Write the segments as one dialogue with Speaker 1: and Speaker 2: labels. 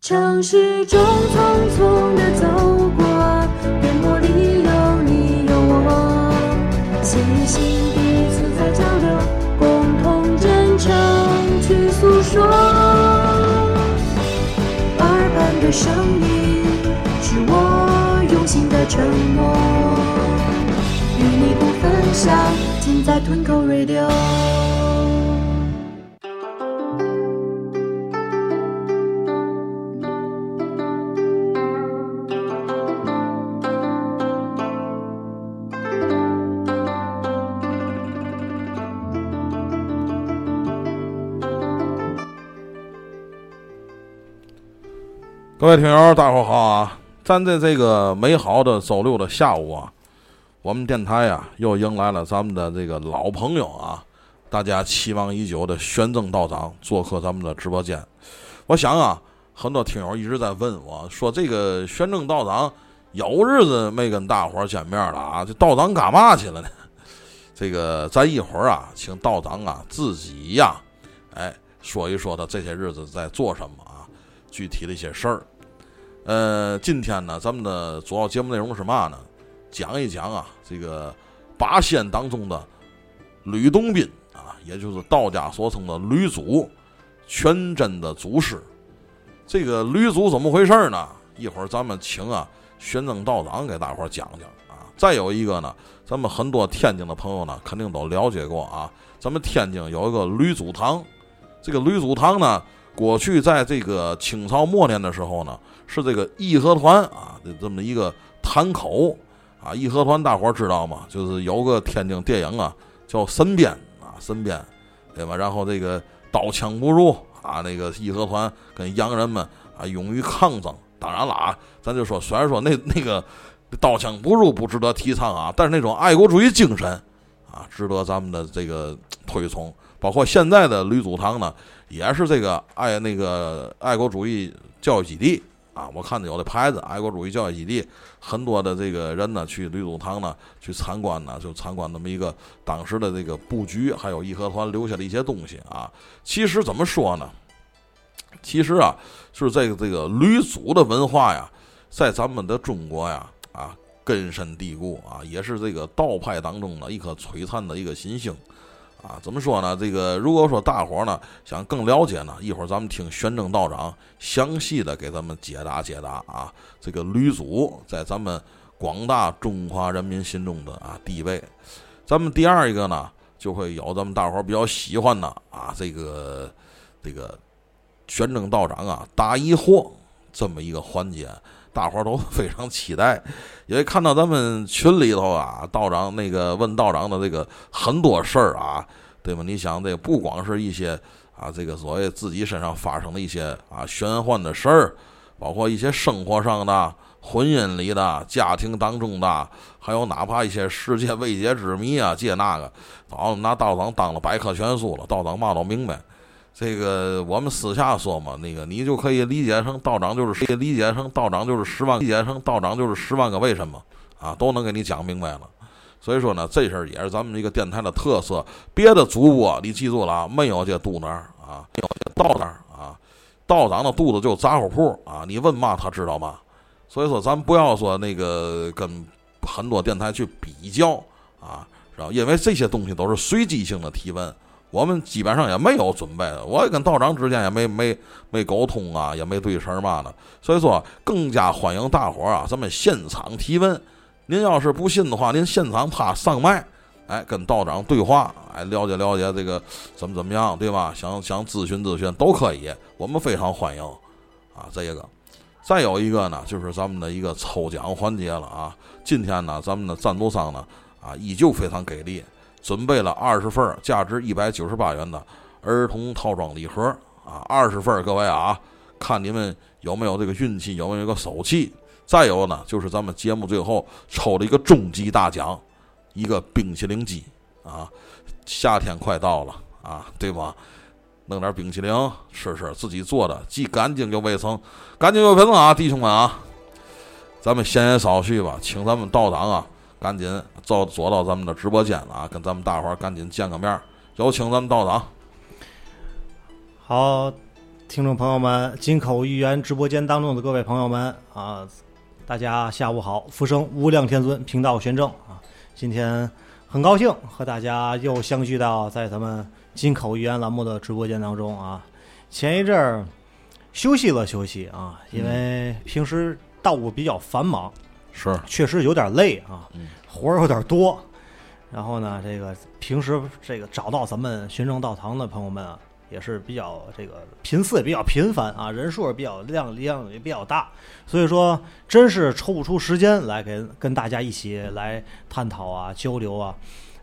Speaker 1: 城市中匆匆地走过，眼眸里有你有我，星星彼此在交流，共同真诚去诉说。耳畔的声音是我用心的承诺，与你不分享，尽在吞口 radio。
Speaker 2: 各位听友，大伙好啊！站在这个美好的周六的下午啊，我们电台啊又迎来了咱们的这个老朋友啊，大家期望已久的玄正道长做客咱们的直播间。我想啊，很多听友一直在问我说，这个玄正道长有日子没跟大伙儿见面了啊，这道长干嘛去了呢？这个咱一会儿啊，请道长啊自己呀、哎，说一说他这些日子在做什么啊，具体的一些事儿。呃，今天呢，咱们的主要节目内容是嘛呢？讲一讲啊，这个八仙当中的吕洞宾啊，也就是道家所称的吕祖，全真的祖师。这个吕祖怎么回事呢？一会儿咱们请啊玄正道长给大伙儿讲讲啊。再有一个呢，咱们啊很多天津的朋友呢，肯定都了解过啊。咱们天津有一个吕祖堂，这个吕祖堂呢，过去在这个清朝末年的时候呢。是这个义和团啊，这这么一个堂口啊，义和团大伙儿知道吗？就是有个天津电影啊，叫《神鞭》啊，《神鞭》，对吧？然后这个刀枪不入啊，那个义和团跟洋人们啊勇于抗争。当然了啊，咱就说，虽然说那那个刀枪不入不值得提倡啊，但是那种爱国主义精神啊，值得咱们的这个推崇。包括现在的吕祖堂呢，也是这个爱那个爱国主义教育基地。啊，我看着有的牌子，爱国主义教育基地，很多的这个人呢去吕祖堂呢去参观呢，就参观那么一个当时的这个布局，还有义和团留下的一些东西啊。其实怎么说呢？其实啊，就是这个这个吕祖的文化呀，在咱们的中国呀啊根深蒂固啊，也是这个道派当中的一颗璀璨的一个新星。啊，怎么说呢？这个如果说大伙儿呢想更了解呢，一会儿咱们听玄正道长详细的给咱们解答解答啊。这个吕祖在咱们广大中华人民心中的啊地位。咱们第二一个呢，就会有咱们大伙儿比较喜欢的啊，这个这个玄正道长啊答疑惑这么一个环节，大伙儿都非常期待。因为看到咱们群里头啊，道长那个问道长的这个很多事儿啊，对吧？你想，这不光是一些啊，这个所谓自己身上发生的一些啊玄幻的事儿，包括一些生活上的、婚姻里的、家庭当中的，还有哪怕一些世界未解之谜啊，这那个，早拿道长当了百科全书了，道长嘛都明白。这个我们私下说嘛，那个你就可以理解成道长就是理解成道长就是十万理解成道长就是十万个为什么啊，都能给你讲明白了。所以说呢，这事儿也是咱们这个电台的特色。别的主播你记住了啊，没有这肚腩儿啊，没有这道长啊，道长的肚子就杂货铺啊，你问嘛他知道嘛。所以说咱不要说那个跟很多电台去比较啊，然后因为这些东西都是随机性的提问。我们基本上也没有准备，我也跟道长之间也没没没沟通啊，也没对声儿嘛的，所以说更加欢迎大伙儿啊，咱们现场提问。您要是不信的话，您现场趴上麦，哎，跟道长对话，哎，了解了解这个怎么怎么样，对吧？想想咨询咨询都可以，我们非常欢迎啊。这个，再有一个呢，就是咱们的一个抽奖环节了啊。今天呢，咱们的赞助商呢啊依旧非常给力，准备了二十份儿价值一百九十八元的儿童套装礼盒啊，二十份儿，各位啊，看你们有没有这个运气，有没有这个手气。再有呢，就是咱们节目最后抽了一个终极大奖，一个冰淇淋机啊！夏天快到了啊，对吧？弄点冰淇淋吃吃，自己做的，既干净又卫生，干净又卫生啊，弟兄们啊！咱们闲言少叙吧，请咱们道长啊，赶紧到走到咱们的直播间啊，跟咱们大伙儿赶紧见个面儿。有请咱们道长，
Speaker 3: 好，听众朋友们，金口玉言直播间当中的各位朋友们啊，大家下午好！福生无量天尊频道玄正啊，今天很高兴和大家又相聚到在咱们金口玉言栏目的直播间当中啊。前一阵儿休息了休息啊，因为平时道务比较繁忙，
Speaker 2: 是
Speaker 3: 确实有点累啊
Speaker 2: 嗯，
Speaker 3: 活儿有点多。然后呢，这个平时这个找到咱们寻正道堂的朋友们啊，也是比较这个频次也比较频繁啊，人数也比较量量也比较大，所以说真是抽不出时间来跟跟大家一起来探讨啊、交流啊。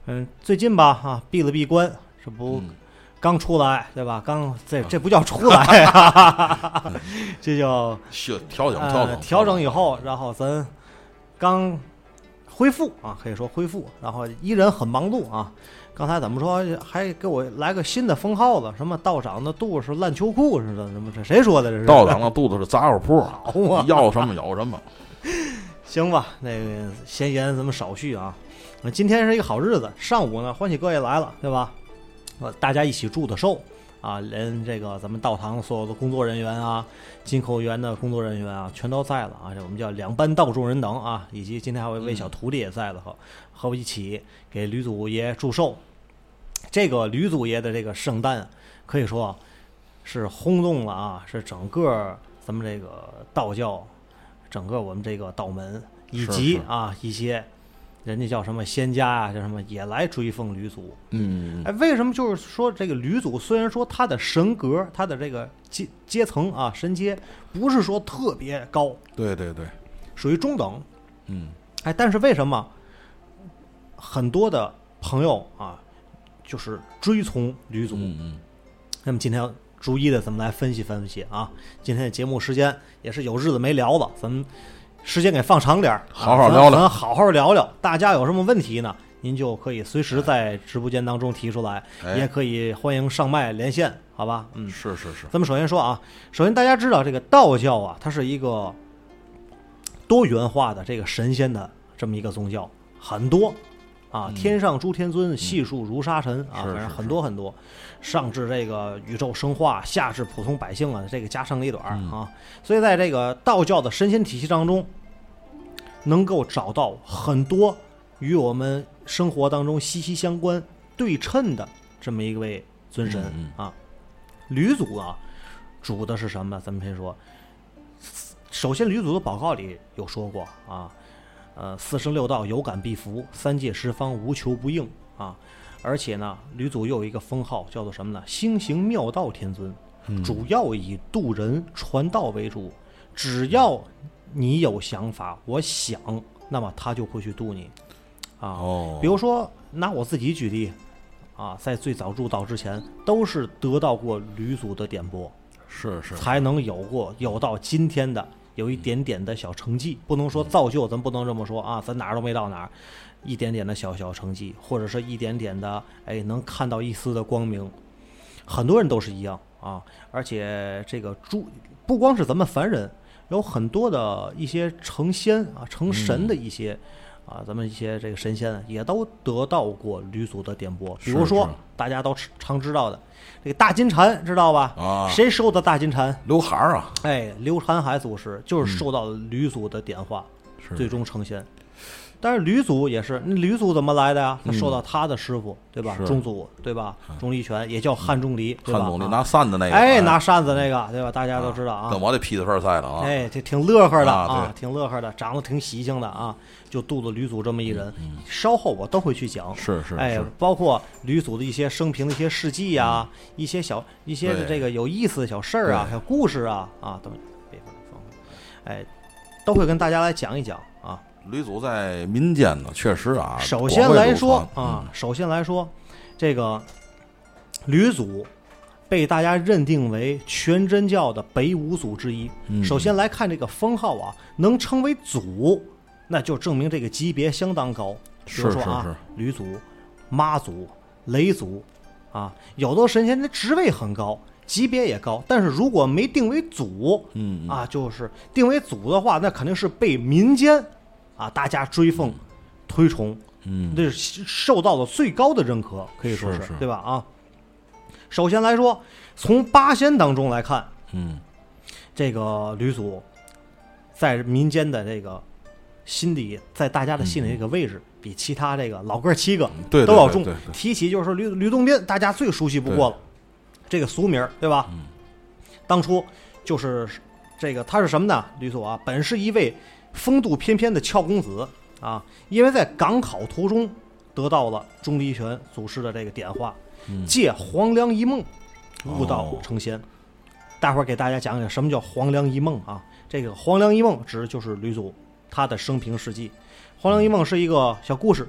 Speaker 3: 嗯，最近吧啊，闭了闭关，这不
Speaker 2: 嗯
Speaker 3: 刚出来对吧？刚这这不叫出来啊， 这叫
Speaker 2: 修调整调
Speaker 3: 呃
Speaker 2: 整
Speaker 3: 调整以后，然后咱刚恢复啊，可以说恢复，然后依然很忙碌啊。刚才怎么说还给我来个新的封号子，什么道长的肚是烂秋裤似的，什么这谁说的这是？
Speaker 2: 道长的肚子是杂货铺，
Speaker 3: 好啊，
Speaker 2: 要什么有什么。
Speaker 3: 行吧，那个闲言咱们少叙啊。那今天是一个好日子，上午呢，欢喜哥也来了，对吧？呃，大家一起祝的寿啊，连这个咱们道堂所有的工作人员啊、金口园的工作人员啊，全都在了啊。这我们叫两班道众人等啊，以及今天还有一位小徒弟也在了，和和我一起给吕祖爷祝寿。这个吕祖爷的这个圣诞，可以说是轰动了啊，是整个咱们这个道教整个我们这个道门，以
Speaker 2: 是
Speaker 3: 及
Speaker 2: 是
Speaker 3: 啊一些人家叫什么仙家啊，叫什么也来追奉吕祖。
Speaker 2: 嗯，
Speaker 3: 哎，为什么就是说这个吕祖虽然说他的神格，他的这个阶阶层啊神阶不是说特别高，
Speaker 2: 对对对，
Speaker 3: 属于中等，
Speaker 2: 嗯，
Speaker 3: 哎，但是为什么很多的朋友啊，就是追从吕祖？
Speaker 2: 嗯嗯，
Speaker 3: 那么今天逐一的咱们来分析分析啊。今天的节目时间也是有日子没聊了，咱们时间给放长点儿，啊
Speaker 2: 好好聊聊
Speaker 3: 咱咱好好聊聊。大家有什么问题呢？您就可以随时在直播间当中提出来，
Speaker 2: 哎
Speaker 3: 也可以欢迎上麦连线，好吧？嗯，
Speaker 2: 是是是，
Speaker 3: 咱们首先说啊，首先大家知道这个道教啊，它是一个多元化的这个神仙的这么一个宗教，很多啊，天上诸天尊，细数如沙尘啊，
Speaker 2: 嗯是
Speaker 3: 反正
Speaker 2: 是
Speaker 3: 很多很多，上至这个宇宙生化，下至普通百姓啊，这个家长里短儿
Speaker 2: 嗯
Speaker 3: 啊，所以在这个道教的神仙体系当中，能够找到很多与我们生活当中息息相关、对称的这么一位尊神
Speaker 2: 嗯
Speaker 3: 啊。吕祖啊，主的是什么？咱们先说，首先吕祖的报告里有说过啊，呃，四生六道有感必服，三界十方无求不应啊。而且呢，吕祖又有一个封号叫做什么呢？星行妙道天尊，主要以渡人传道为主。只要你有想法，我想，那么他就会去渡你啊。
Speaker 2: 哦
Speaker 3: 比如说拿我自己举例啊，在最早入道之前，都是得到过吕祖的点拨，
Speaker 2: 是是，
Speaker 3: 才能有过有到今天的有一点点的小成
Speaker 2: 嗯
Speaker 3: 绩，不能说造就，咱不能这么说啊，咱哪儿都没到哪儿，一点点的小小成绩，或者是一点点的哎能看到一丝的光明，很多人都是一样啊，而且这个诸不光是咱们凡人，有很多的一些成仙啊、成神的一些、啊，咱们一些这个神仙啊也都得到过吕祖的点拨，比如
Speaker 2: 是
Speaker 3: 说
Speaker 2: 是
Speaker 3: 大家都常知道的这个大金蝉，知道吧？
Speaker 2: 啊
Speaker 3: 谁收的大金蝉？
Speaker 2: 刘海儿啊，
Speaker 3: 哎，刘禅海祖师就是受到吕祖的点化，
Speaker 2: 嗯是
Speaker 3: 最终成仙。但是吕祖也是，那吕祖怎么来的呀？他
Speaker 2: 嗯
Speaker 3: 受到他的师傅，对吧
Speaker 2: 是？啊嗯
Speaker 3: 钟祖，对吧？钟离权也叫汉钟离，对
Speaker 2: 汉
Speaker 3: 吧？
Speaker 2: 总理
Speaker 3: 啊
Speaker 2: 拿扇子那个，
Speaker 3: 哎，拿扇子那个，
Speaker 2: 嗯
Speaker 3: 对吧？大家都知道啊
Speaker 2: 跟我这批的份儿啊赛了啊，
Speaker 3: 哎，这挺乐呵的
Speaker 2: 啊
Speaker 3: 啊，挺乐呵的，长得挺喜庆的啊，就肚子吕祖这么一人，
Speaker 2: 嗯
Speaker 3: 稍后我都会去讲。
Speaker 2: 是是
Speaker 3: 哎
Speaker 2: 是，，
Speaker 3: 包括吕祖的一些生平的一些事迹呀、一些小一些的
Speaker 2: 嗯对
Speaker 3: 这个有意思的小事儿啊，
Speaker 2: 对
Speaker 3: 还有故事啊啊等，别放放放，哎，都会跟大家来讲一讲啊。
Speaker 2: 吕祖在民间呢，确实啊，
Speaker 3: 首先来说
Speaker 2: 广为流传嗯
Speaker 3: 啊，，首先来说，这个吕祖被大家认定为全真教的北五祖之一。
Speaker 2: 嗯
Speaker 3: 首先来看这个封号啊，能称为祖，那就证明这个级别相当高。比如
Speaker 2: 是
Speaker 3: 说啊，
Speaker 2: 是是
Speaker 3: 吕祖、妈祖、雷祖啊，有的神仙的职位很高，级别也高，但是如果没定为祖，
Speaker 2: 嗯
Speaker 3: 啊，就是定为祖的话，那肯定是被民间啊大家追奉、推崇，
Speaker 2: 嗯，
Speaker 3: 那是受到了最高的认可，可以说
Speaker 2: 是是
Speaker 3: 对吧？啊，首先来说，从八仙当中来看，
Speaker 2: 嗯
Speaker 3: 这个吕祖在民间的这个心里，在大家的心里
Speaker 2: 嗯
Speaker 3: 这个位置，比其他这个老哥七个
Speaker 2: 对对
Speaker 3: 都要重
Speaker 2: 对对。对
Speaker 3: 提起就是说吕吕洞宾，大家最熟悉不过了，这个俗名儿对吧？
Speaker 2: 嗯
Speaker 3: 当初就是这个他是什么呢？吕祖啊，本是一位风度翩翩的俏公子啊，因为在赶考途中得到了钟离权祖师的这个点化，借黄粱一梦悟道
Speaker 2: 嗯哦
Speaker 3: 成仙。大伙儿给大家讲讲什么叫黄粱一梦啊？这个黄粱一梦指就是吕祖他的生平事迹。黄粱一梦是一个小故事，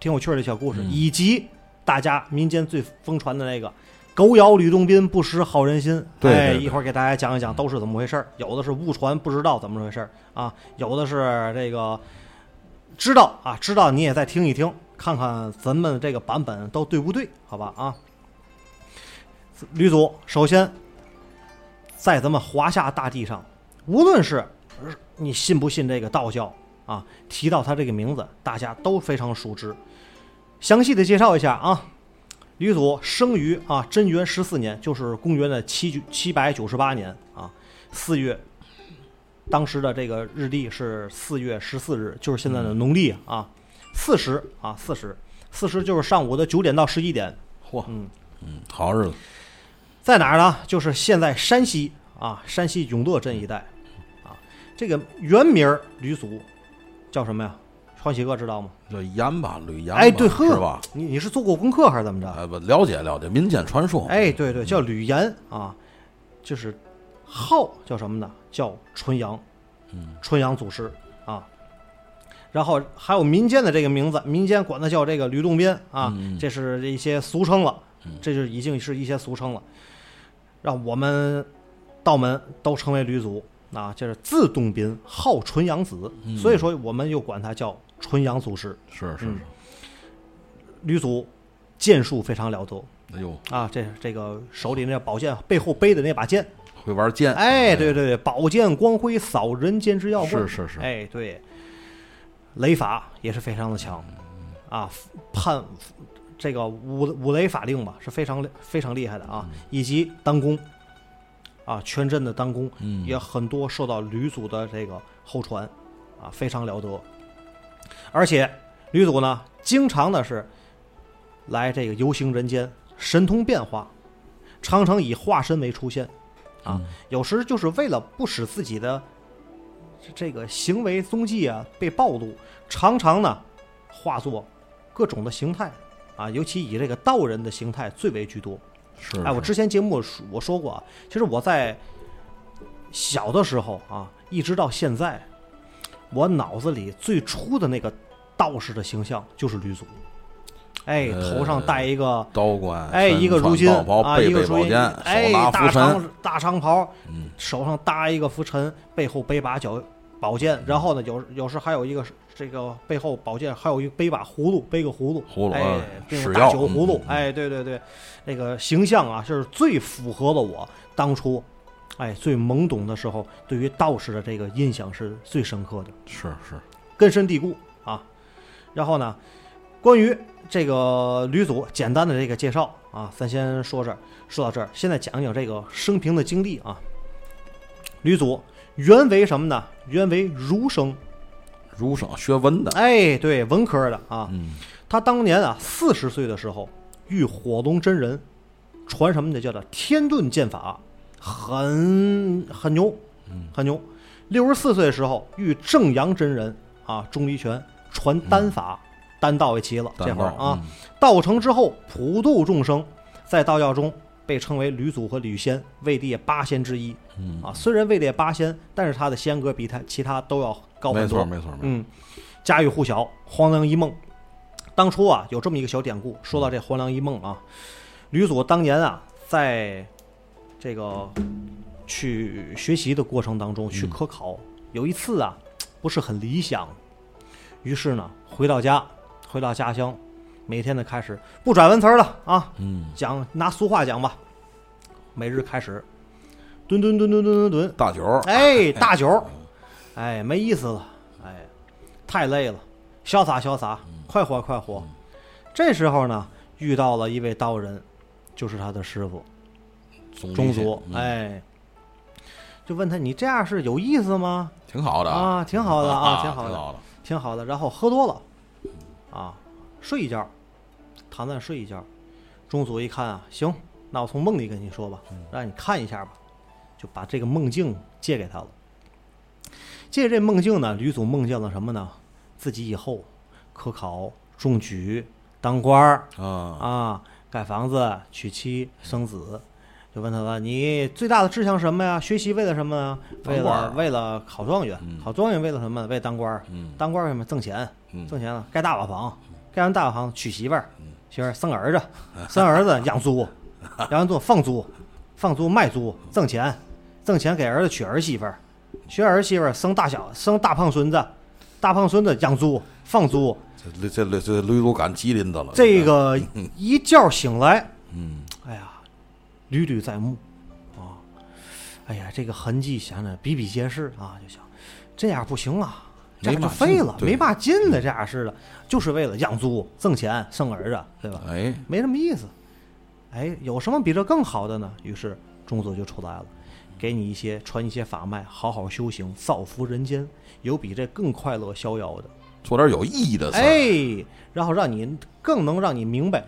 Speaker 3: 挺有趣儿的小故
Speaker 2: 嗯
Speaker 3: 事，以及大家民间最疯传的那个“狗咬吕洞宾，不识好人心”。
Speaker 2: 对对
Speaker 3: 哎，
Speaker 2: 对
Speaker 3: 一会儿给大家讲一讲都是怎么回事儿。有的是误传不知道怎么回事儿啊，有的是这个知道啊，知道你也再听一听，看看咱们这个版本都对不对，好吧啊。吕祖首先在咱们华夏大地上，无论是你信不信这个道教啊，提到他这个名字，大家都非常熟知。详细的介绍一下啊，吕祖生于啊贞元十四年，就是公元的七九七百九十八年啊四月，当时的这个日历是四月十四日，就是现在的农历啊四十啊四十四十就是上午的九点到十一点。
Speaker 2: 嚯，
Speaker 3: 嗯
Speaker 2: 嗯，好日子，
Speaker 3: 在哪儿呢？就是现在山西啊，山西永乐镇一带啊。这个原名儿吕祖叫什么呀？欢喜哥知道吗？
Speaker 2: 叫盐吧，吕盐吧，
Speaker 3: 哎，对，呵，
Speaker 2: 是吧？？
Speaker 3: 你你是做过功课还是怎么着？
Speaker 2: 哎，不了解了解民间传说，
Speaker 3: 哎，对对，叫吕岩啊，就是号叫什么呢？叫纯阳，纯阳祖师啊。然后还有民间的这个名字，民间管它叫这个吕洞宾啊，这是一些俗称了，这就已经是一些俗称了，让我们道门都称为吕祖啊，就是字洞宾，号纯阳子，所以说我们又管他叫纯阳祖师。
Speaker 2: 是是
Speaker 3: 嗯，吕祖剑术非常了得，
Speaker 2: 哎呦，
Speaker 3: 啊，这这个手里那宝剑，背后背的那把剑，
Speaker 2: 会玩剑，
Speaker 3: 哎，对对对，宝剑光辉扫人间之要怪，
Speaker 2: 是是是
Speaker 3: 哎，对，雷法也是非常的强，啊，判这个五五雷法令吧，是非常非常厉害的啊，
Speaker 2: 嗯
Speaker 3: 以及单弓，啊，全镇的单弓、
Speaker 2: 嗯
Speaker 3: 也很多受到吕祖的这个后传，啊，非常了得，而且吕祖呢，经常的是来这个游行人间，神通变化，常常以化身为出现。啊，有时就是为了不使自己的这个行为踪迹啊被暴露，常常呢化作各种的形态啊，尤其以这个道人的形态最为居多。
Speaker 2: 是，
Speaker 3: 哎，我之前节目说我说过啊，其实我在小的时候啊，一直到现在，我脑子里最初的那个道士的形象就是吕祖，哎，头上戴一个。
Speaker 2: 刀官，
Speaker 3: 哎，
Speaker 2: 身
Speaker 3: 一个
Speaker 2: 呃穿
Speaker 3: 如今
Speaker 2: 道袍
Speaker 3: 啊，
Speaker 2: 背
Speaker 3: 一个
Speaker 2: 背
Speaker 3: 如
Speaker 2: 宝
Speaker 3: 今
Speaker 2: 剑，
Speaker 3: 哎
Speaker 2: 手拿，
Speaker 3: 大
Speaker 2: 拂
Speaker 3: 长
Speaker 2: 尘，
Speaker 3: 大长袍，
Speaker 2: 嗯
Speaker 3: 手上搭一个拂尘，背后背把脚宝
Speaker 2: 嗯
Speaker 3: 剑，然后呢，有有时还有一个这个背后宝剑，还有一个背把葫芦，背个葫芦，
Speaker 2: 葫芦
Speaker 3: 哎
Speaker 2: 啊，
Speaker 3: 这
Speaker 2: 使
Speaker 3: 种大
Speaker 2: 药
Speaker 3: 酒葫芦
Speaker 2: 嗯，嗯
Speaker 3: 哎，对对对，那个形象啊，就是最符合了我当初。哎，最懵懂的时候，对于道士的这个印象是最深刻的。
Speaker 2: 是是，
Speaker 3: 根深蒂固啊。然后呢，关于这个吕祖简单的这个介绍啊，咱先说这儿，说到这儿，现在讲讲这个生平的经历啊。吕祖原为什么呢？原为儒生，
Speaker 2: 儒生学文的，
Speaker 3: 哎，对，文科的啊。
Speaker 2: 嗯，
Speaker 3: 他当年啊，四十岁的时候遇火龙真人，传什么呢？叫做天遁剑法，很很牛，
Speaker 2: 嗯
Speaker 3: 很牛。六十四岁的时候遇正阳真人啊，钟离权传丹法，丹道也齐了。这
Speaker 2: 嗯丹
Speaker 3: 会儿
Speaker 2: 道嗯
Speaker 3: 啊，，道成之后普度众生，在道教中被称为吕祖和吕仙，位列八仙之一
Speaker 2: 嗯，
Speaker 3: 啊。虽然位列八仙，但是他的仙格比他其他都要高
Speaker 2: 嗯没
Speaker 3: 很多
Speaker 2: 错。没错没错，
Speaker 3: 嗯，家喻户晓，黄粱一梦。当初啊，有这么一个小典故，说到这黄粱一梦啊，吕祖当年啊，在这个去学习的过程当中去科考，有一次啊，不是很理想，于是呢，回到家，回到家乡，每天的开始不转文词儿了啊，
Speaker 2: 嗯，
Speaker 3: 讲拿俗话讲吧，每日开始，蹲蹲蹲蹲蹲蹲蹲，
Speaker 2: 大九儿，
Speaker 3: 哎，大酒儿，哎，没意思了，哎，太累了，潇洒潇洒，快活快活。这时候呢，遇到了一位道人，就是他的师傅
Speaker 2: 宗
Speaker 3: 宗
Speaker 2: 族
Speaker 3: 族，，哎，就问他你这样是有意思吗？
Speaker 2: 嗯挺好的
Speaker 3: 啊，挺好的 啊，挺
Speaker 2: 挺
Speaker 3: 好的，
Speaker 2: 好的，
Speaker 3: 挺好的。然后喝多了，啊，睡一觉，躺那儿睡一觉。宗族一看啊，行，那我从梦里跟你说吧，让你看一下吧，就把这个梦境借给他了。借这梦境呢，吕祖梦见了什么呢？自己以后科考、中举、当官儿
Speaker 2: 啊，
Speaker 3: 啊，盖房子、娶妻生子。就问他了，你最大的志向是什么呀？学习为了什么呀？
Speaker 2: 当
Speaker 3: 为
Speaker 2: 官儿
Speaker 3: 了为了考状元，考状元为了什么？为了当官儿。
Speaker 2: 嗯
Speaker 3: 当官儿为什么挣钱？
Speaker 2: 嗯
Speaker 3: 挣钱了盖大瓦房，盖完大瓦房娶媳妇儿，媳妇儿生儿子， 生儿子养猪， 养完猪放猪，放猪卖猪挣钱，挣钱给儿子娶儿媳妇儿，
Speaker 2: 嗯
Speaker 3: 娶儿媳妇儿生大小生大胖孙子，大胖孙子养猪放猪，
Speaker 2: 这这这这驴都赶吉林的了，
Speaker 3: 这个一觉醒来，
Speaker 2: 嗯，
Speaker 3: 哎呀，屡屡在目啊！哎呀，这个痕迹想想比比皆是啊，就想这样不行啊，这样
Speaker 2: 没
Speaker 3: 就
Speaker 2: 嘛
Speaker 3: 废
Speaker 2: 劲
Speaker 3: 了，
Speaker 2: 对嗯
Speaker 3: 没嘛劲的，这样似的，就是为了养猪、挣钱、生儿子，对吧？
Speaker 2: 哎，
Speaker 3: 没什么意思。哎，有什么比这更好的呢？于是中祖就出来了，给你一些传一些法脉，好好修行，造福人间。有比这更快乐逍遥的。
Speaker 2: 做点有意义的事儿，
Speaker 3: 哎，然后让你更能让你明白，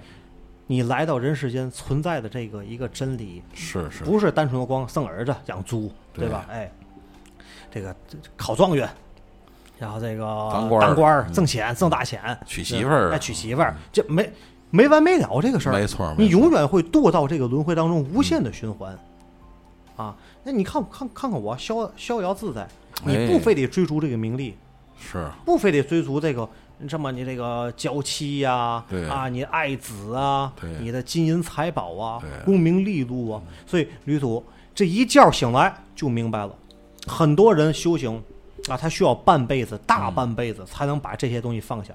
Speaker 3: 你来到人世间存在的这个一个真理，
Speaker 2: 是是，
Speaker 3: 不是单纯的光生儿子养猪，对
Speaker 2: 对
Speaker 3: 吧？哎，这个这考状元，然后这个
Speaker 2: 当官儿嗯
Speaker 3: 儿挣钱挣大钱，
Speaker 2: 娶媳妇儿啊
Speaker 3: 哎，娶媳妇儿，这没没完没了这个事儿，
Speaker 2: 没错没错
Speaker 3: 你永远会堕到这个轮回当中无限的循环。
Speaker 2: 嗯
Speaker 3: 啊，那你看看看看我逍逍遥自在，你不
Speaker 2: 哎
Speaker 3: 非得追逐这个名利，
Speaker 2: 是，
Speaker 3: 不非得追逐这个什么你这个娇妻呀、啊
Speaker 2: 对，
Speaker 3: 你爱子啊
Speaker 2: 对，
Speaker 3: 你的金银财宝啊
Speaker 2: 对，嗯
Speaker 3: 功名利禄啊，所以吕祖这一觉醒来就明白了，很多人修行啊，他需要半辈子、大半辈子才能把这些东西放下。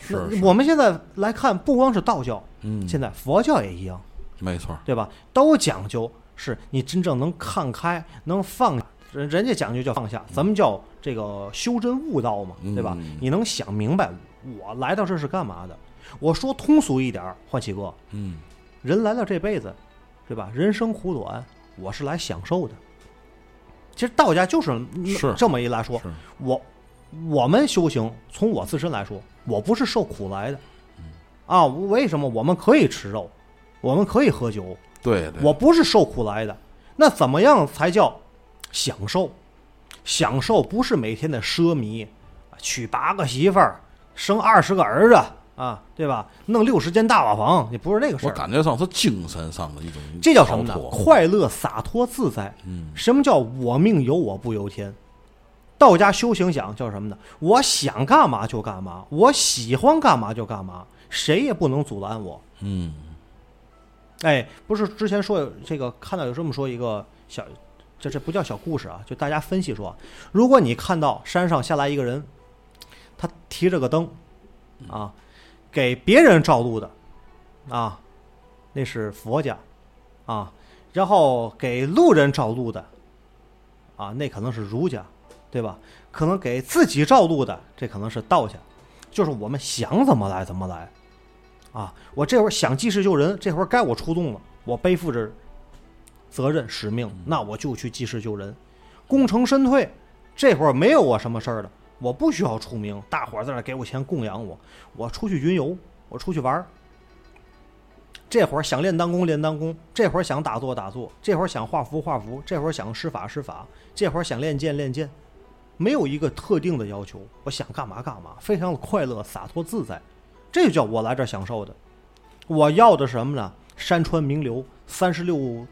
Speaker 2: 是
Speaker 3: 那
Speaker 2: 是
Speaker 3: 我们现在来看，不光是道教，
Speaker 2: 嗯，
Speaker 3: 现在佛教也一样，
Speaker 2: 没错，
Speaker 3: 对吧？都讲究是你真正能看开，能放下。人人家讲究叫放下，咱们叫这个修真悟道嘛，对吧？
Speaker 2: 嗯
Speaker 3: 你能想明白我来到这是干嘛的？我说通俗一点儿，欢喜哥，
Speaker 2: 嗯，
Speaker 3: 人来到这辈子，对吧？人生苦短，我是来享受的。其实道家就是
Speaker 2: 是
Speaker 3: 这么一来说
Speaker 2: 是，
Speaker 3: 我我们修行，从我自身来说，我不是受苦来的，
Speaker 2: 嗯
Speaker 3: 啊，为什么我们可以吃肉，我们可以喝酒，
Speaker 2: 对对，
Speaker 3: 我不是受苦来的，那怎么样才叫享受？享受不是每天的奢靡，娶八个媳妇儿，生二十个儿子啊，对吧？弄六十间大瓦房，也不是这个事
Speaker 2: 我
Speaker 3: 儿。
Speaker 2: 感觉上是精神上的一种，
Speaker 3: 这叫什么呢
Speaker 2: 逃？脱
Speaker 3: 快乐、洒脱、自在。
Speaker 2: 嗯，
Speaker 3: 什么叫我命由我不由天？道家修行讲叫什么呢？我想干嘛就干嘛，我喜欢干嘛就干嘛，谁也不能阻拦我。
Speaker 2: 嗯，
Speaker 3: 哎，不是之前说有这个看到有这么说一个小，这这不叫小故事啊，就大家分析说，如果你看到山上下来一个人，他提着个灯，啊，给别人照路的，啊，那是佛家，啊，然后给路人照路的，啊，那可能是儒家，对吧？可能给自己照路的，这可能是道家，就是我们想怎么来怎么来，啊，我这会儿想济世救人，这会儿该我出动了，我背负着责任使命，那我就去济世救人，功成身退，这会儿没有我什么事儿了，我不需要出名，大伙儿在那儿给我钱供养我，我出去云游，我出去玩儿。这会儿想练当功练当功，这会儿想打坐打坐，这会儿想画符画符，这会儿想施法施法，这会儿想练剑练剑，没有一个特定的要求，我想干嘛干嘛，非常的快乐洒脱自在，这就叫我来这儿享受的。我要的什么呢？山川名流，三十六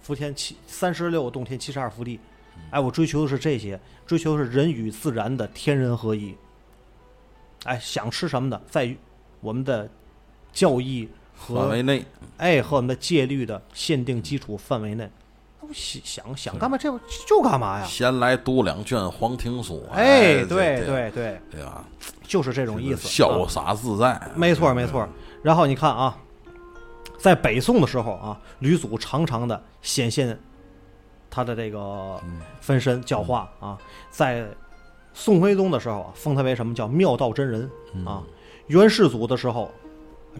Speaker 3: 伏天七三十六洞天七十二伏地，哎，我追求的是这些，追求的是人与自然的天人合一。哎，想吃什么的，在我们的教义
Speaker 2: 范
Speaker 3: 和
Speaker 2: 围内，
Speaker 3: 哎和我们的戒律的限定基础范围内，那我想想想干嘛这就干嘛呀？
Speaker 2: 闲来读两卷黄庭啊书。
Speaker 3: 哎，
Speaker 2: 对
Speaker 3: 对对对，
Speaker 2: 对吧？
Speaker 3: 就是这种意思。啊
Speaker 2: 潇洒自在，嗯
Speaker 3: 没错没错。然后你看啊，在北宋的时候啊，吕祖常常的显现他的这个分身教化啊，在宋徽宗的时候啊，封他为什么叫妙道真人啊？元世祖的时候，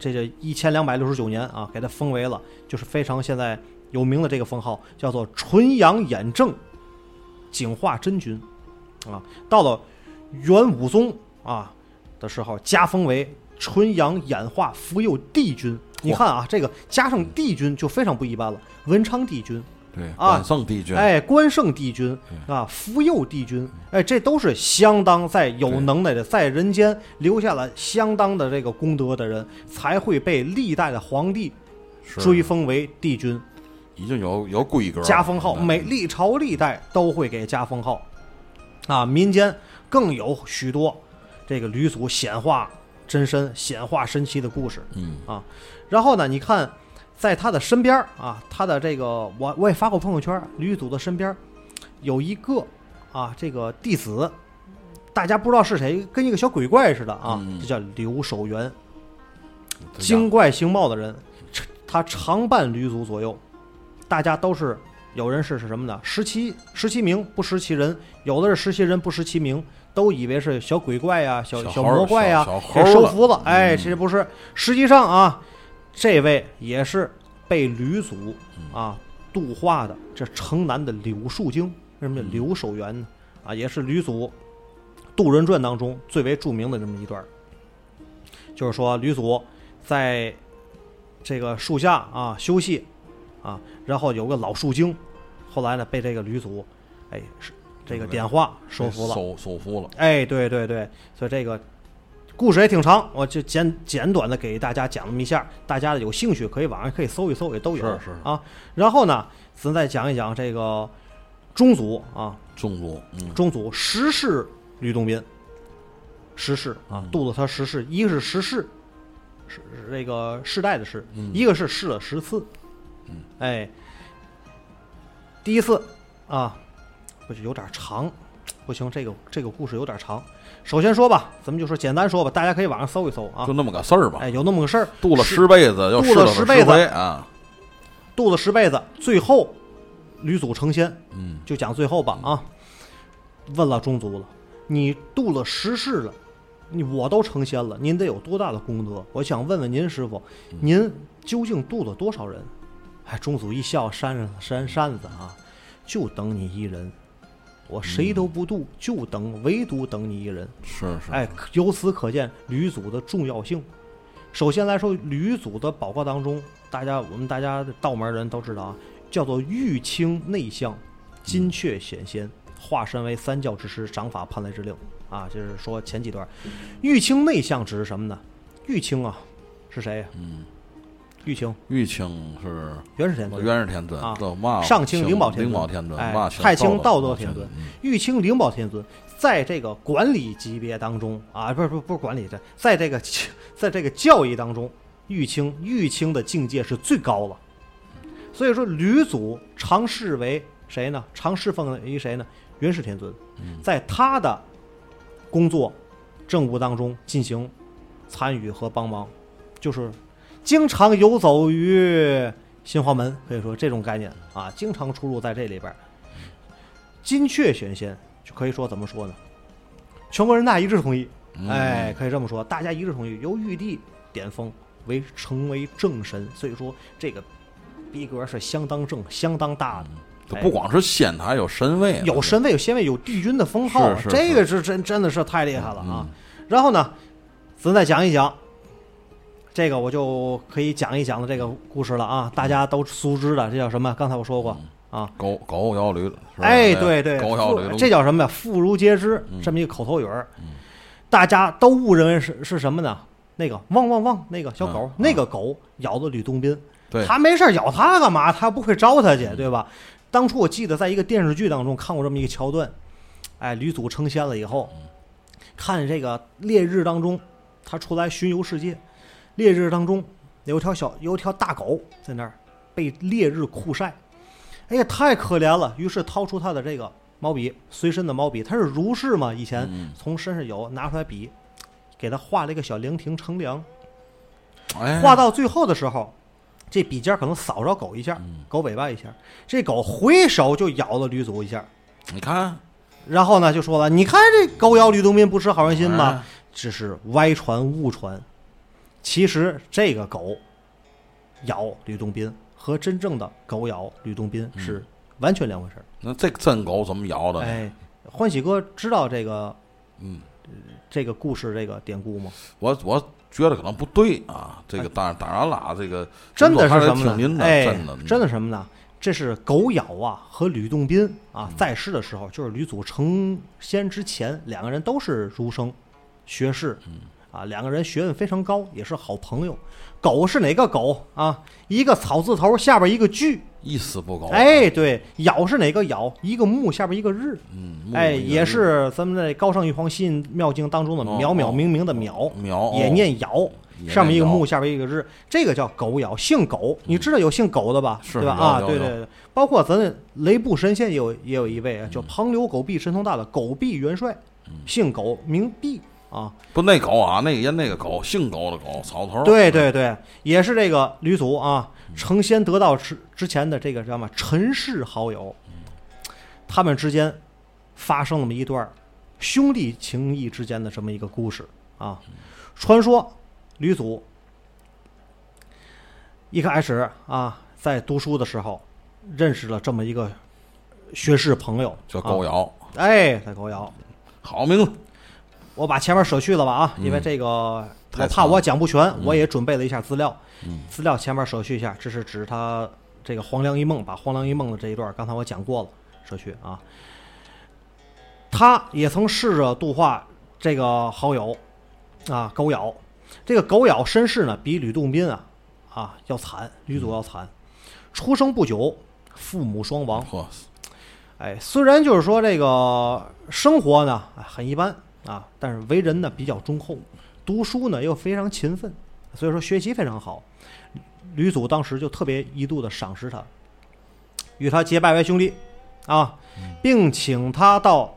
Speaker 3: 这这一千两百六十九年啊，给他封为了就是非常现在有名的这个封号，叫做纯阳衍正景化真君啊。到了元武宗啊的时候，加封为纯阳演化福佑帝君。你看啊，这个加上帝君就非常不一般了，文昌帝君，
Speaker 2: 对，
Speaker 3: 啊
Speaker 2: 关圣帝君，
Speaker 3: 哎，关圣帝君啊，福佑帝君，哎，这都是相当在有能耐的，在人间留下了相当的这个功德的人，才会被历代的皇帝
Speaker 2: 是
Speaker 3: 追封为帝君。
Speaker 2: 已经有有规格了，
Speaker 3: 加封号，
Speaker 2: 嗯
Speaker 3: 每历朝历代都会给加封号，啊，民间更有许多这个吕祖显化真身、显化神奇的故事。
Speaker 2: 嗯
Speaker 3: 然后呢，你看，在他的身边儿啊，他的这个我我也发过朋友圈儿，吕祖的身边儿有一个啊，这个弟子，大家不知道是谁，跟一个小鬼怪似的啊，
Speaker 2: 嗯
Speaker 3: 这叫刘守元，
Speaker 2: 这样
Speaker 3: 精怪形貌的人，常他常伴吕祖左右，大家都是有人是是什么呢？识其识其名不识其人，有的是识其人不识其名，都以为是小鬼怪呀、小
Speaker 2: 小猴儿
Speaker 3: 魔怪呀、
Speaker 2: 小小猴
Speaker 3: 给
Speaker 2: 儿
Speaker 3: 收
Speaker 2: 了
Speaker 3: 服了。哎，
Speaker 2: 嗯
Speaker 3: 其实不是，实际上啊，这位也是被吕祖
Speaker 2: 嗯
Speaker 3: 啊度化的，这城南的柳树精，为什
Speaker 2: 嗯
Speaker 3: 么叫柳守元呢？啊，也是吕祖《渡人传》当中最为著名的这么一段儿，就是说吕祖在这个树下啊休息啊，然后有个老树精，后来呢被这个吕祖哎是这个点化收服了。
Speaker 2: 收收服了，
Speaker 3: 哎，对对对，所以这个故事也挺长，我就简简短的给大家讲那么一下，大家有兴趣可以网上可以搜一搜，也都有
Speaker 2: 是是
Speaker 3: 啊。然后呢，咱再讲一讲这个中祖啊，
Speaker 2: 宗族，嗯，
Speaker 3: 中祖十世吕洞宾，十世啊
Speaker 2: 嗯，
Speaker 3: 肚子他十世，一个是十世，是是这个世代的世，
Speaker 2: 嗯
Speaker 3: 一个是试了十次，哎，第一次啊，不是有点长，不行，这个这个故事有点长。首先说吧，咱们就说简单说吧，大家可以网上搜一搜啊
Speaker 2: 就。那么个事儿吧
Speaker 3: 哎，。有那么个事儿，
Speaker 2: 度了
Speaker 3: 是
Speaker 2: 十辈子，又
Speaker 3: 度
Speaker 2: 试
Speaker 3: 了
Speaker 2: 了
Speaker 3: 十
Speaker 2: 个
Speaker 3: 辈子
Speaker 2: 回啊，
Speaker 3: 度了十辈子，最后吕祖成仙，
Speaker 2: 嗯，
Speaker 3: 就讲最后吧啊。问了宗族了，你度了十世了，你我都成仙了，您得有多大的功德？我想问问您师傅，您究竟度了多少人？哎，宗祖一笑，扇着扇扇子啊，就等你一人，我谁都不度，就等唯独等你一人。
Speaker 2: 是是，
Speaker 3: 哎，可由此可见吕祖的重要性。首先来说，吕祖的宝诰当中，大家我们大家道门人都知道啊，叫做玉清内相，金阙显仙，化身为三教之师，掌法判雷之令啊。就是说前几段，玉清内相指的是什么呢？玉清啊，是谁呀？嗯，玉清，
Speaker 2: 玉清是
Speaker 3: 元始天尊，
Speaker 2: 元始天尊
Speaker 3: 啊，
Speaker 2: 这嘛
Speaker 3: 上清灵宝天
Speaker 2: 灵宝
Speaker 3: 尊，
Speaker 2: 天尊，
Speaker 3: 哎
Speaker 2: 嘛，
Speaker 3: 太清道
Speaker 2: 道
Speaker 3: 德天尊，玉清灵宝天尊，在这个管理级别当中啊， 不是不是不是管理这，在这个 在这个教义当中，玉清玉清的境界是最高了。所以说，吕祖常侍为谁呢？常侍奉于谁呢？元始天尊，在他的工作政务当中进行参与和帮忙，就是经常游走于新华门，可以说这种概念啊，经常出入在这里边儿。金阙选仙就可以说怎么说呢？全国人大一致同意，
Speaker 2: 嗯
Speaker 3: 哎，可以这么说，大家一致同意由玉帝点封为成为正神，所以说这个逼格是相当正、相当大的。
Speaker 2: 就不光是仙，它还有神位，
Speaker 3: 哎
Speaker 2: 啊
Speaker 3: 有神位，有仙位，有帝君的封号啊，
Speaker 2: 嗯是是
Speaker 3: 这个是真真的是太厉害了啊
Speaker 2: 嗯！
Speaker 3: 然后呢，咱再讲一讲这个，我就可以讲一讲的这个故事了啊，大家都熟知的，这叫什么？刚才我说过啊，
Speaker 2: 狗狗咬驴，是吧
Speaker 3: 哎，对对，
Speaker 2: 狗咬
Speaker 3: 妇
Speaker 2: 驴，
Speaker 3: 这叫什么呀？妇孺皆知，
Speaker 2: 嗯
Speaker 3: 这么一个口头语儿，大家都误认为是是什么呢？那个汪汪汪，那个小狗，
Speaker 2: 嗯
Speaker 3: 那个狗咬的吕洞宾，
Speaker 2: 对嗯
Speaker 3: 他没事儿咬他干嘛？他不会招他去，对吧？当初我记得在一个电视剧当中看过这么一个桥段，哎，吕祖成仙了以
Speaker 2: 嗯
Speaker 3: 后，看这个烈日当中，他出来巡游世界，烈日当中有一条小有一条大狗在那儿被烈日酷晒，哎呀，太可怜了。于是掏出他的这个毛笔，随身的毛笔，他是儒士嘛，以前
Speaker 2: 嗯
Speaker 3: 从身上有拿出来笔，给他画了一个小凉亭乘凉。
Speaker 2: 哎
Speaker 3: 画到最后的时候，这笔尖儿可能扫着狗一下，狗尾巴一下，这狗回手就咬了吕祖一下。
Speaker 2: 你看，
Speaker 3: 然后呢，就说了：“你看这狗咬吕洞宾，不识好人心
Speaker 2: 哎
Speaker 3: 吗？只是歪传误传。其实这个狗咬吕洞宾和真正的狗咬吕洞宾是完全两回事儿。
Speaker 2: 那这个真狗怎么咬的？
Speaker 3: 哎，欢喜哥知道这个，
Speaker 2: 嗯
Speaker 3: 呃，这个故事这个典故吗？
Speaker 2: 我我觉得可能不对啊，这个当然当然啦，这个
Speaker 3: 哎真的
Speaker 2: 还
Speaker 3: 是
Speaker 2: 得
Speaker 3: 什么
Speaker 2: 听您
Speaker 3: 呢？
Speaker 2: 的，
Speaker 3: 哎
Speaker 2: 真的，
Speaker 3: 真的什么呢？这是狗咬啊和吕洞宾啊在世的时候，就是吕祖成仙之前，两个人都是儒生、学士，啊，两个人学问非常高，也是好朋友。狗是哪个狗啊？一个草字头下边一个句，
Speaker 2: 一丝不苟。啊
Speaker 3: 哎，对，咬是哪个咬？一个木下边一个日，
Speaker 2: 嗯，
Speaker 3: 哎，
Speaker 2: 木
Speaker 3: 也是咱们在《高尚玉皇心妙经》当中的
Speaker 2: 哦
Speaker 3: 渺渺
Speaker 2: 哦
Speaker 3: 明明的渺，
Speaker 2: 苗
Speaker 3: 也念咬，
Speaker 2: 也
Speaker 3: 上面一个
Speaker 2: 念咬嗯
Speaker 3: 木，下边一个日，这个叫狗咬，姓狗，你知道有姓狗的吧？
Speaker 2: 是
Speaker 3: 对吧？
Speaker 2: 有
Speaker 3: 啊，
Speaker 2: 有
Speaker 3: 对
Speaker 2: 有
Speaker 3: 对对，包括咱雷部神仙也有也有一位啊，叫
Speaker 2: 嗯
Speaker 3: 庞留狗臂神通大的狗臂元帅，姓狗名弼啊，
Speaker 2: 不那狗啊，那个人那个狗，姓狗的狗，草头。
Speaker 3: 对对对，也是这个吕祖啊，成仙得道之之前的这个叫什么陈氏好友，他们之间发生了那么一段兄弟情谊之间的这么一个故事啊。传说吕祖一开始啊，在读书的时候认识了这么一个学士朋友，
Speaker 2: 叫狗
Speaker 3: 啊，
Speaker 2: 咬，
Speaker 3: 哎，在狗窑。
Speaker 2: 好名字。
Speaker 3: 我把前面舍去了吧啊，
Speaker 2: 嗯
Speaker 3: 因为这个我怕
Speaker 2: 太长了嗯
Speaker 3: 我讲不全，我也准备了一下资料，资料前面舍去一下，这是指他这个《黄粱一梦》，把《黄粱一梦》的这一段，刚才我讲过了，舍去啊。他也曾试着度化这个好友啊狗咬，这个狗咬身世呢比吕洞宾啊啊要惨，吕
Speaker 2: 嗯
Speaker 3: 祖要惨，出生不久，父母双亡，
Speaker 2: 嚯，
Speaker 3: 哎，虽然就是说这个生活呢哎很一般啊，但是为人呢比较忠厚，读书呢又非常勤奋，所以说学习非常好。吕祖当时就特别一度的赏识他，与他结拜为兄弟啊，
Speaker 2: 嗯
Speaker 3: 并请他到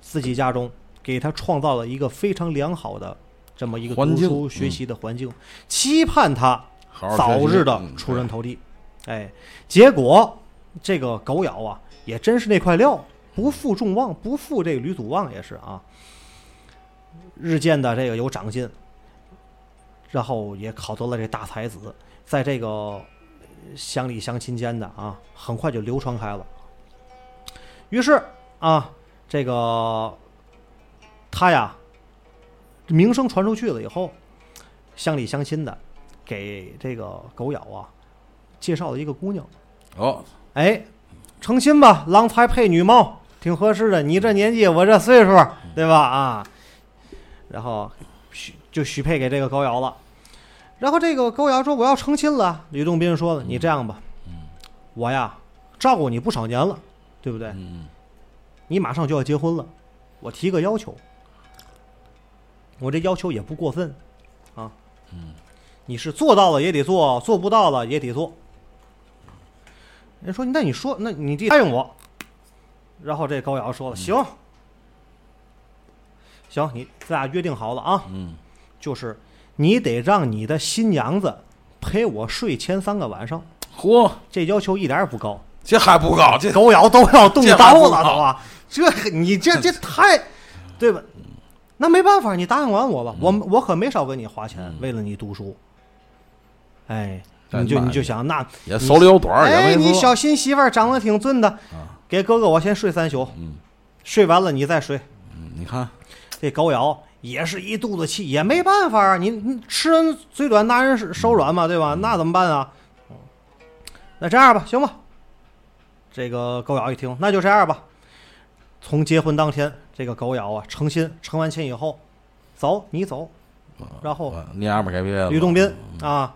Speaker 3: 自己家中，给他创造了一个非常良好的这么一个
Speaker 2: 环
Speaker 3: 读
Speaker 2: 境
Speaker 3: 书学
Speaker 2: 嗯
Speaker 3: 习的环境，期盼他
Speaker 2: 好好
Speaker 3: 早
Speaker 2: 学习
Speaker 3: 日的
Speaker 2: 嗯
Speaker 3: 出
Speaker 2: 对
Speaker 3: 人头地。哎，结果这个狗咬啊，也真是那块料，不负众望，不负这个吕祖望也是啊。日渐的这个有长进，然后也考得了这大才子，在这个乡里乡亲间的啊，很快就流传开了。于是啊，这个他呀，名声传出去了以后，乡里乡亲的给这个狗咬啊介绍了一个姑娘，
Speaker 2: 哦，
Speaker 3: 哎，成亲吧，郎才配女貌，挺合适的。你这年纪，我这岁数，对吧？啊，然后许就许配给这个狗咬了。然后这个狗咬说我要成亲了，吕洞宾说了，你这样吧，我呀照顾你不少年了，对不对？
Speaker 2: 嗯，
Speaker 3: 你马上就要结婚了，我提个要求，我这要求也不过分啊。你是做到了也得做，做不到了也得做。人说，那你说，那你得答应我。然后这高瑶
Speaker 2: 嗯
Speaker 3: 说了，行，行，你咱俩约定好了啊，
Speaker 2: 嗯，
Speaker 3: 就是你得让你的新娘子陪我睡前三个晚上，
Speaker 2: 嚯，
Speaker 3: 这要求一点儿也不 高。
Speaker 2: 这还不高，这
Speaker 3: 狗咬都要动刀
Speaker 2: 这还不嗯
Speaker 3: 了都 啊！这你这这太，对吧？那没办法，
Speaker 2: 嗯
Speaker 3: 你答应完我吧，我我可没少给你花钱，为了你读书。哎，
Speaker 2: 哎
Speaker 3: 你就
Speaker 2: 妈
Speaker 3: 你
Speaker 2: 呀
Speaker 3: 就想那，
Speaker 2: 也手里有短儿，
Speaker 3: 哎，
Speaker 2: 也
Speaker 3: 你
Speaker 2: 没说。啊
Speaker 3: 小新媳妇儿长得挺俊的，给哥哥我先睡三宿，
Speaker 2: 嗯
Speaker 3: 睡完了你再睡。
Speaker 2: 你看，
Speaker 3: 这狗咬也是一肚子气，也没办法啊，你你吃人嘴短，拿人手软嘛，对吧？
Speaker 2: 嗯
Speaker 3: 那怎么办啊？那这样吧，行吧。这个狗咬一听，那就这样吧。从结婚当天，这个狗咬啊，成亲，成完亲以后，走，你走，
Speaker 2: 啊
Speaker 3: 然后
Speaker 2: 我娘们儿该别了
Speaker 3: 哦
Speaker 2: 嗯
Speaker 3: 吕洞宾啊，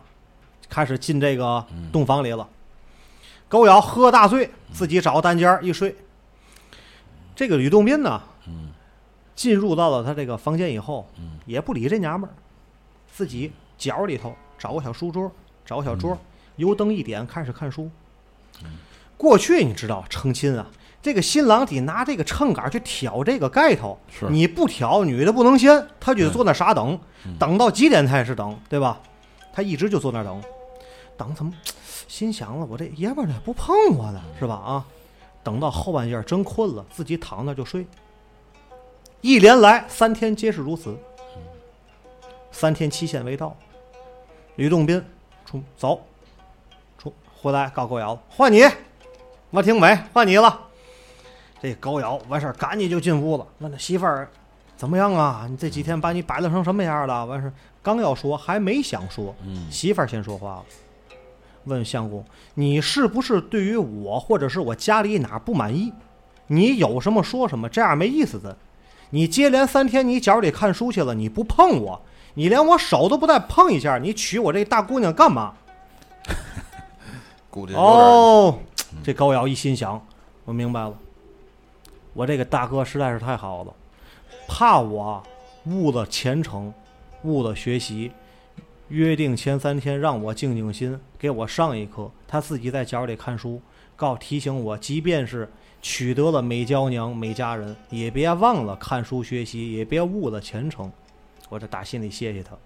Speaker 3: 开始进这个洞房里了。狗咬喝大醉，
Speaker 2: 嗯
Speaker 3: 自己找个单间儿一睡。这个吕洞宾呢，
Speaker 2: 嗯
Speaker 3: 进入到了他这个房间以后，也不理这娘们儿，自己角里头找个小书桌，找个小
Speaker 2: 嗯
Speaker 3: 桌，油灯一点，开始看书。过去你知道成亲啊，这个新郎得拿这个秤杆去挑这个盖头，
Speaker 2: 是
Speaker 3: 你不挑，女的不能先，她就得坐那傻等，等到几点才是等，对吧？她一直就坐那儿等，等怎么？心想了，我这爷们儿呢不碰我呢，是吧？啊，等到后半夜儿真困了，自己躺那儿就睡。一连来三天皆是如此，三天期限未到，吕洞宾出走，出回来告狗咬了，换你，我挺美，换你了。这狗咬完事儿，赶紧就进屋了，问他媳妇儿怎么样啊？你这几天把你摆弄成什么样了？完事儿刚要说，还没想说，媳妇儿先说话了，问相公，你是不是对于我或者是我家里哪儿不满意？你有什么说什么，这样没意思的。你接连三天你脚里看书去了，你不碰我，你连我手都不带碰一下，你娶我这大姑娘干嘛？
Speaker 2: 估计有点儿嗯
Speaker 3: 哦，这高瑶一心想，我明白了，我这个大哥实在是太好了，怕我误了前程，误了学习。约定前三天让我静静心，给我上一课。他自己在角里看书，告提醒我，即便是取得了美娇娘、美佳人，也别忘了看书学习，也别误了前程。我这打心里谢谢他。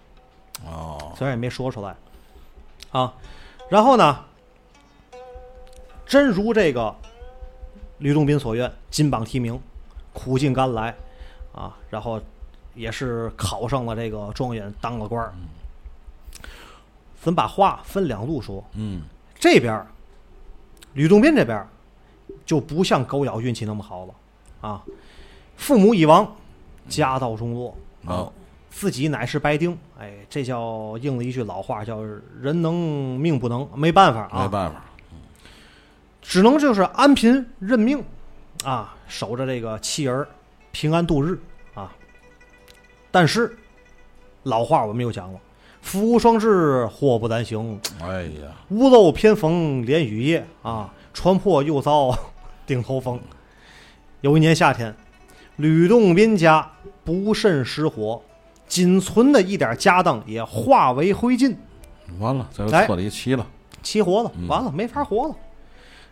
Speaker 2: 哦，
Speaker 3: 虽然也没说出来啊。然后呢，真如这个吕洞宾所愿，金榜题名，苦尽甘来啊，然后也是考上了这个状元，当了官儿。
Speaker 2: 嗯
Speaker 3: 咱把话分两路说，
Speaker 2: 嗯，
Speaker 3: 这边儿吕洞宾这边儿就不像狗咬运气那么好了啊，父母已亡，家道中落，
Speaker 2: 哦，
Speaker 3: 自己乃是白丁，哎，这叫应了一句老话，叫人能命不能，没办法啊，
Speaker 2: 没办法，
Speaker 3: 只能就是安贫认命，啊，守着这个妻儿平安度日啊。但是老话我们又讲了，福无双至，祸不单行，
Speaker 2: 哎呀，
Speaker 3: 屋漏偏逢连雨夜啊，船破又遭顶头风。有一年夏天，吕洞宾家不慎失火，仅存的一点家当也化为灰烬，
Speaker 2: 完了，这
Speaker 3: 哎
Speaker 2: 个彻底齐了，
Speaker 3: 起火了，完了没法活了。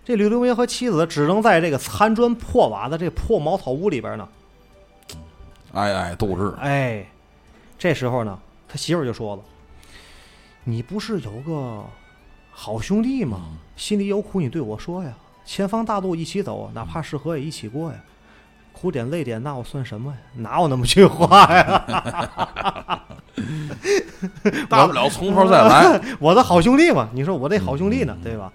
Speaker 3: 这吕洞宾和妻子只能在这个残砖破瓦的这破茅草屋里边呢。
Speaker 2: 哎哎，斗志，
Speaker 3: 哎，这时候呢，他媳妇儿就说了：“你不是有个好兄弟吗？心里有苦你对我说呀，前方大路一起走，哪怕是河也一起过呀。苦点累点，那我算什么呀？哪有那么句话呀？哎
Speaker 2: 大不了从头再来，
Speaker 3: 我的好兄弟嘛，你说我这好兄弟呢，对吧？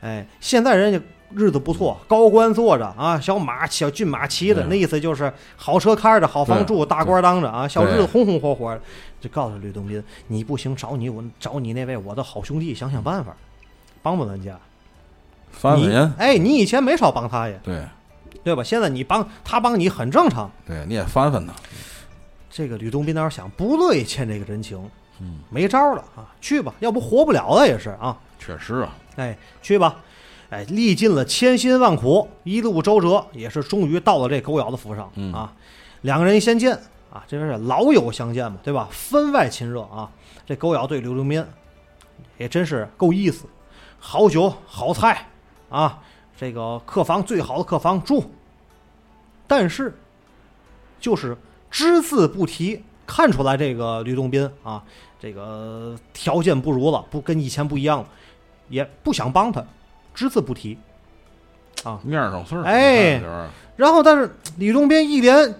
Speaker 3: 哎，现在人家日子不错，高官坐着啊，小马小骏马骑着，
Speaker 2: 嗯
Speaker 3: 那意思就是好车开着，好房住，
Speaker 2: 对
Speaker 3: 大官当着啊，小日子
Speaker 2: 对
Speaker 3: 红红火火的。就告诉吕洞宾，你不行，找你我找你那位我的好兄弟，想想办法，帮帮咱家。
Speaker 2: 翻翻
Speaker 3: 你
Speaker 2: 人，
Speaker 3: 哎，你以前没少帮他呀，
Speaker 2: 对
Speaker 3: 对吧？现在你帮他帮你很正常。
Speaker 2: 对，你也翻翻他，
Speaker 3: 这个吕洞宾当时想，不乐意欠这个人情，没招儿了啊，去吧，要不活不了了也是啊。
Speaker 2: 确实啊，
Speaker 3: 哎，去吧，哎，历尽了千辛万苦，一路周折，也是终于到了这狗咬的府上、
Speaker 2: 嗯
Speaker 3: 啊。两个人一相见啊，这是老友相见嘛，对吧？分外亲热啊。这狗咬对刘洞宾也真是够意思，好酒好菜啊，这个客房最好的客房住，但是就是只字不提，看出来这个吕洞宾啊，这个条件不如了，不跟以前不一样了。也不想帮他，只字不提。
Speaker 2: 面上事儿，
Speaker 3: 哎
Speaker 2: 你看这玩意儿
Speaker 3: 然后，但是李洞宾一连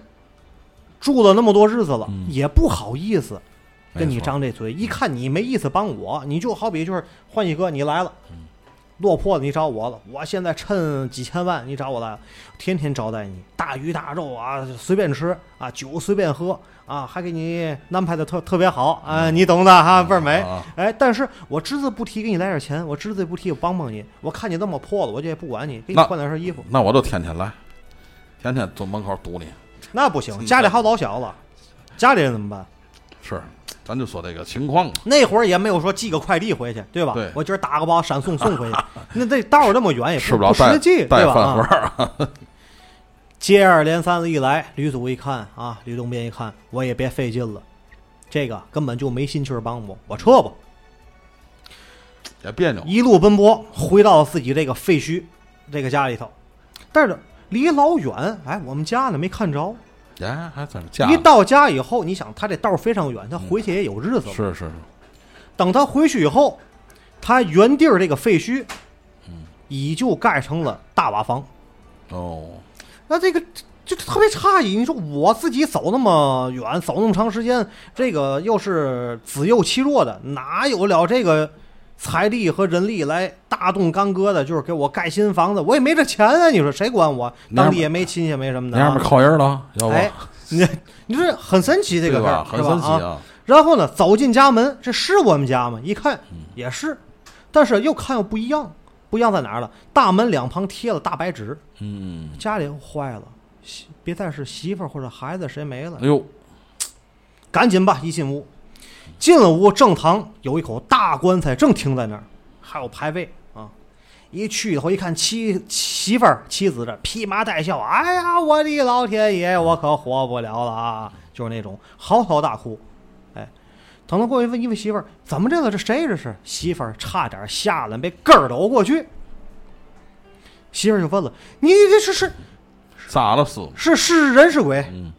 Speaker 3: 住了那么多日子了，
Speaker 2: 嗯
Speaker 3: 也不好意思，
Speaker 2: 没
Speaker 3: 跟你
Speaker 2: 错
Speaker 3: 张这嘴，一看你没意思帮我，你就好比就是欢喜哥你来了，落魄了你找我了，我现在趁几千万你找我来了，天天招待你，大鱼大肉啊随便吃啊，酒随便喝啊，还给你安排的特特别好啊，你懂的哈，倍儿美。
Speaker 2: 啊
Speaker 3: 哎，但是我只字不提给你来点钱，我只字不提我帮帮你，我看你那么破了，我就也不管你，给你
Speaker 2: 那
Speaker 3: 换两身衣服，
Speaker 2: 那我就天天来，天天蹲门口堵你。
Speaker 3: 那不行，家里还有老小子，家里人怎么办？
Speaker 2: 是，咱就说这个情况嘛。
Speaker 3: 那会儿也没有说寄个快递回去，对吧？
Speaker 2: 对
Speaker 3: 我今儿打个包闪送送 回去，那这道儿那么远也
Speaker 2: 吃
Speaker 3: 哎不
Speaker 2: 不了带
Speaker 3: 实际，
Speaker 2: 带
Speaker 3: 对吧？
Speaker 2: 饭盒
Speaker 3: 啊
Speaker 2: 儿啊，
Speaker 3: 接二连三的一来，吕祖一看啊，吕洞宾一看，我也别费劲了，这个根本就没心气儿帮我，我撤吧。
Speaker 2: 也别扭。
Speaker 3: 一路奔波回到自己这个废墟这个家里头，但是离老远，哎，我们家呢没看着。
Speaker 2: 哎，还在家呢
Speaker 3: 一到家以后，你想他这道儿非常远，他回去也有日子了。
Speaker 2: 是是，
Speaker 3: 等他回去以后，他原地儿这个废墟，已就盖成了大瓦房。
Speaker 2: 哦，
Speaker 3: 那这个就就特别诧异，你说我自己走那么远，走那么长时间，这个又是子幼妻弱的，哪有了这个财力和人力来大动干戈的？就是给我盖新房子，我也没这钱啊！你说谁管我？
Speaker 2: 娘们
Speaker 3: 当地也没亲戚，没什么的、
Speaker 2: 娘们儿
Speaker 3: 啊。
Speaker 2: 靠人了，要不
Speaker 3: 哎，你你说很神奇这个
Speaker 2: 对
Speaker 3: 事儿，
Speaker 2: 吧？很
Speaker 3: 是吧
Speaker 2: 神奇
Speaker 3: 啊
Speaker 2: 啊。
Speaker 3: 然后呢，走进家门，这是我们家吗？一看也是，但是又看又不一样，不一样在哪儿了？大门两旁贴了大白纸，
Speaker 2: 嗯，
Speaker 3: 家里又坏了，媳别再是媳妇儿或者孩子谁没了
Speaker 2: 哎，呦，
Speaker 3: 赶紧吧，一进屋，进了屋正堂有一口大棺材正停在那儿，还有牌位啊。一去以后一看妻媳妇儿妻子这披麻戴孝，哎呀，我的老天爷，我可活不了了啊！就是那种嚎啕大哭。哎，等他过一问，一问媳妇儿怎么这个这谁这是？媳妇儿差点吓得被根儿抖过去。媳妇儿就问了：“你这是是
Speaker 2: 咋了死？
Speaker 3: 是是人是鬼？
Speaker 2: 嗯，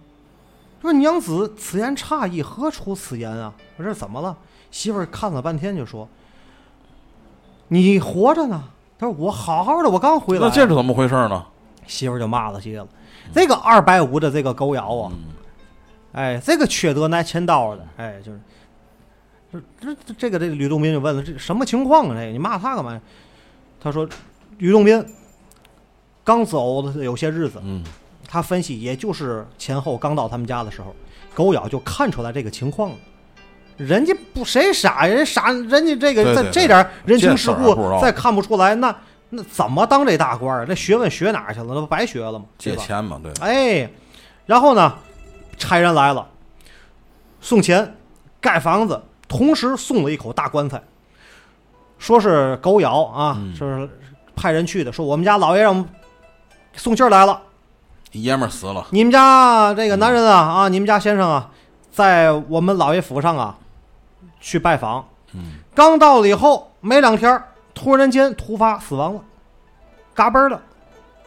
Speaker 3: 说娘子此言差矣，何出此言啊？我这怎么了？媳妇儿看了半天就说：“你活着呢。”他说：“我好好的，我刚回来。”
Speaker 2: 那这是怎么回事呢？
Speaker 3: 媳妇儿就骂了街了：“这个二百五的这个狗咬啊！
Speaker 2: 嗯
Speaker 3: 哎，这个缺德拿钱刀的！哎，就是，这这这个这个吕洞宾就问了：这什么情况啊？这个你骂他干嘛呀？”他说：“吕洞宾刚走的有些日子，
Speaker 2: 嗯，
Speaker 3: 他分析，也就是前后刚到他们家的时候，狗咬就看出来这个情况了。人家不谁傻呀，人傻，人家这
Speaker 2: 对
Speaker 3: 个在
Speaker 2: 对对
Speaker 3: 这点儿人情世
Speaker 2: 见色而
Speaker 3: 故
Speaker 2: 不知道
Speaker 3: 再看不出来，那那怎么当这大官儿？那学问学哪儿去了？那不白学了吗？对
Speaker 2: 借
Speaker 3: 吧？
Speaker 2: 钱嘛，对，
Speaker 3: 哎，然后呢，差人来了，送钱，盖房子，同时送了一口大棺材，说是狗咬啊，
Speaker 2: 嗯
Speaker 3: 说是派人去的，说我们家老爷让我们送信儿来了。
Speaker 2: 爷们儿死了，
Speaker 3: 你们家这个男人啊啊，你们家先生啊，在我们老爷府上啊去拜访，
Speaker 2: 嗯，
Speaker 3: 刚到了以后没两天儿，突然间突发死亡了，嘎嘣儿了，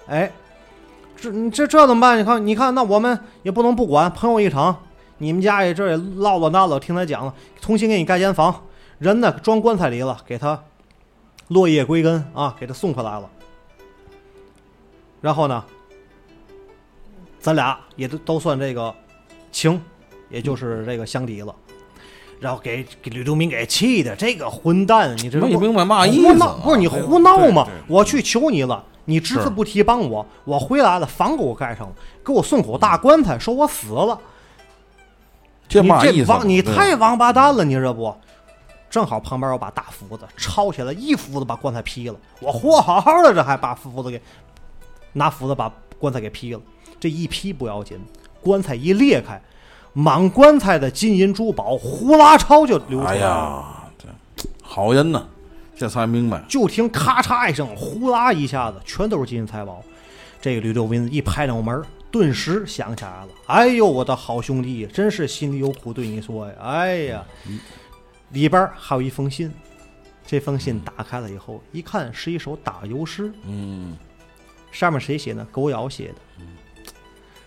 Speaker 3: 哎，这你这这怎么办？你看，你看，那我们也不能不管，朋友一场，你们家也这也落了那了，听他讲了，重新给你盖间房，人呢装棺材里了，给他落叶归根啊，给他送回来了。然后呢，咱俩也都都算这个情，也就是这个相敌了。然后给给吕洞宾给气的，这个混蛋，你这
Speaker 2: 没
Speaker 3: 不
Speaker 2: 明白嘛意
Speaker 3: 胡
Speaker 2: 思
Speaker 3: 闹
Speaker 2: 啊？
Speaker 3: 不是你胡闹吗
Speaker 2: 对对？
Speaker 3: 我去求你了，你只字
Speaker 2: 是
Speaker 3: 不提帮我，我回来了，房给我盖上了，给我送口大棺材，说我死了，
Speaker 2: 嗯这
Speaker 3: 你
Speaker 2: 嘛意
Speaker 3: 这
Speaker 2: 思嘛？啊
Speaker 3: 王你
Speaker 2: 对
Speaker 3: 太王八蛋了，你这不？正好旁边有把大斧子，抄起来一斧子把棺材劈了。我活好好的，这还把斧子给拿斧子把棺材给劈了。这一劈不要紧，棺材一裂开，满棺材的金银珠宝呼啦超就流出来
Speaker 2: 哎
Speaker 3: 了。
Speaker 2: 呀，这好人呐，这才明白。
Speaker 3: 就听咔嚓一声，呼啦一下子，全都是金银财宝。这个吕洞宾一拍脑门儿，顿时想起来了：“哎呦，我的好兄弟，真是心里有苦对你说呀！哎呀，里边儿还有一封信。这封信打开了以后，一看是一首打油诗，
Speaker 2: 嗯，
Speaker 3: 上面谁写呢？狗咬写的。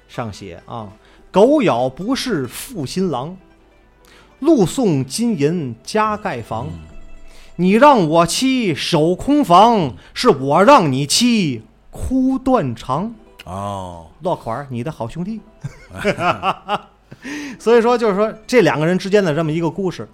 Speaker 3: 上写啊，狗咬不是负心郎，路送金银加盖房。你让我妻守空房，是我让你妻哭断肠。
Speaker 2: 哦，
Speaker 3: 落款儿，你的好兄弟。 所以说就是说这两个人之间的这么一个故事，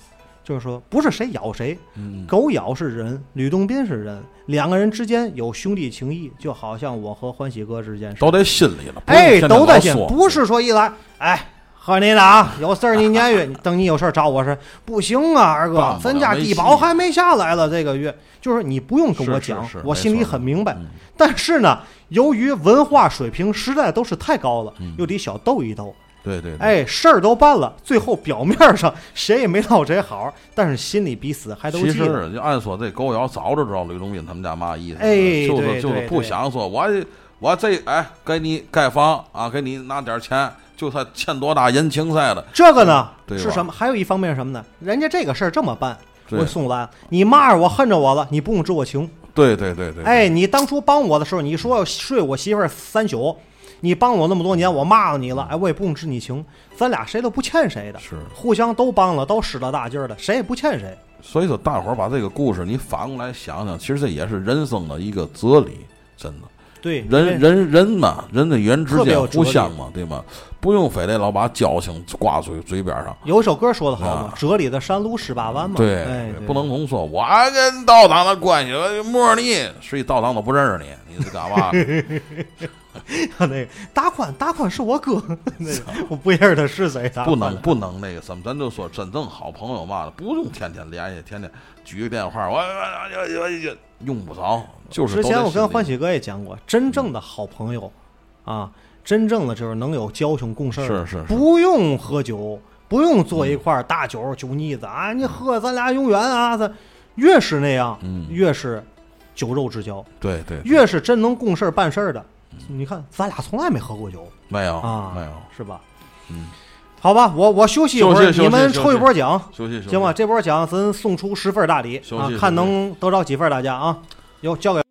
Speaker 3: 就是说不是谁咬谁，
Speaker 2: 嗯，
Speaker 3: 狗咬是人，吕洞宾是人，两个人之间有兄弟情谊，就好像我和欢喜哥之间是，
Speaker 2: 都在心里了，不用
Speaker 3: 哎，
Speaker 2: 天天
Speaker 3: 都
Speaker 2: 老
Speaker 3: 在心，
Speaker 2: 说
Speaker 3: 不是说一来，哎，和你的啊，有事儿你撵约，你等你有事儿找我是不行啊，二
Speaker 2: 办不
Speaker 3: 哥
Speaker 2: 了，
Speaker 3: 咱家
Speaker 2: 没
Speaker 3: 低
Speaker 2: 戏
Speaker 3: 保还没下来了，这个月就是你不用跟我
Speaker 2: 是是
Speaker 3: 讲
Speaker 2: 是，
Speaker 3: 我
Speaker 2: 没
Speaker 3: 心里
Speaker 2: 错
Speaker 3: 很明白。
Speaker 2: 嗯
Speaker 3: 但是呢，由于文化水平实在都是太高了
Speaker 2: 嗯，
Speaker 3: 又得小斗一斗。
Speaker 2: 对对，对，
Speaker 3: 哎，事儿都办了，最后表面上谁也没落谁好，但是心里彼此还都
Speaker 2: 其
Speaker 3: 记得。
Speaker 2: 实就按说这狗咬早就知道吕洞宾他们家嘛意思了，
Speaker 3: 哎
Speaker 2: 就
Speaker 3: 对
Speaker 2: 是就是
Speaker 3: 对
Speaker 2: 不
Speaker 3: 对
Speaker 2: 想说，我我这哎给你盖房啊，给你拿点钱，就算欠多大人情债了，
Speaker 3: 这个呢
Speaker 2: 对吧
Speaker 3: 是什么？还有一方面是什么呢？人家这个事儿这么办，
Speaker 2: 对
Speaker 3: 我送完，你骂着我恨着我了，你不用知我情。
Speaker 2: 对对对对，对
Speaker 3: 哎，，你当初帮我的时候，你说要睡我媳妇儿三宿，你帮我那么多年，我骂了你了，哎，我也不用知你情，咱俩谁都不欠谁的，
Speaker 2: 嗯是
Speaker 3: 互相都帮了，都使了大劲儿了，谁也不欠谁。
Speaker 2: 所以说，大伙儿把这个故事你反过来想想，其实这也是人生的一个哲理，真的。
Speaker 3: 哎对，因为
Speaker 2: 人人人嘛，人的与人之
Speaker 3: 特别
Speaker 2: 间
Speaker 3: 有哲
Speaker 2: 互
Speaker 3: 理
Speaker 2: 相嘛，对吗？不用非得老把交情挂嘴嘴边上。
Speaker 3: 有一首歌说的好嘛
Speaker 2: 啊，
Speaker 3: 哲理的山路十八弯嘛，
Speaker 2: 对，
Speaker 3: 哎，对
Speaker 2: 不能总说我跟道长的关系我莫逆，谁道长都不认识你，你是干嘛的？
Speaker 3: 那个大宽，大宽是我哥， 那个我不认识他是谁，啊大宽
Speaker 2: 不能不能那个什么，咱就说真正好朋友嘛的，不用天天联系，天天举个电话，我我我我我用不着。就是
Speaker 3: 之
Speaker 2: 都在
Speaker 3: 前我
Speaker 2: 心
Speaker 3: 跟
Speaker 2: 里
Speaker 3: 欢喜哥也讲过，真正的好朋友啊，真正的就是能有交情共事儿的，
Speaker 2: 是是是
Speaker 3: 不用喝酒，不用坐一块儿大酒酒腻子啊，你喝咱俩永远啊，咱越是那样，
Speaker 2: 嗯
Speaker 3: 越是酒肉之交，
Speaker 2: 对对
Speaker 3: 越是真能共事儿办事儿的。你看，咱俩从来没喝过酒
Speaker 2: 没有
Speaker 3: 啊，
Speaker 2: 哦没有，
Speaker 3: 是吧？
Speaker 2: 嗯，
Speaker 3: 好吧，我我休息一会
Speaker 2: 休
Speaker 3: 儿，
Speaker 2: 息休
Speaker 3: 你
Speaker 2: 息
Speaker 3: 们
Speaker 2: 休
Speaker 3: 抽一
Speaker 2: 息
Speaker 3: 波奖。
Speaker 2: 休息休息
Speaker 3: 行吧，这波奖咱送出十份大礼
Speaker 2: 休息
Speaker 3: 啊
Speaker 2: 休息，
Speaker 3: 看能得着几份大家啊？有交给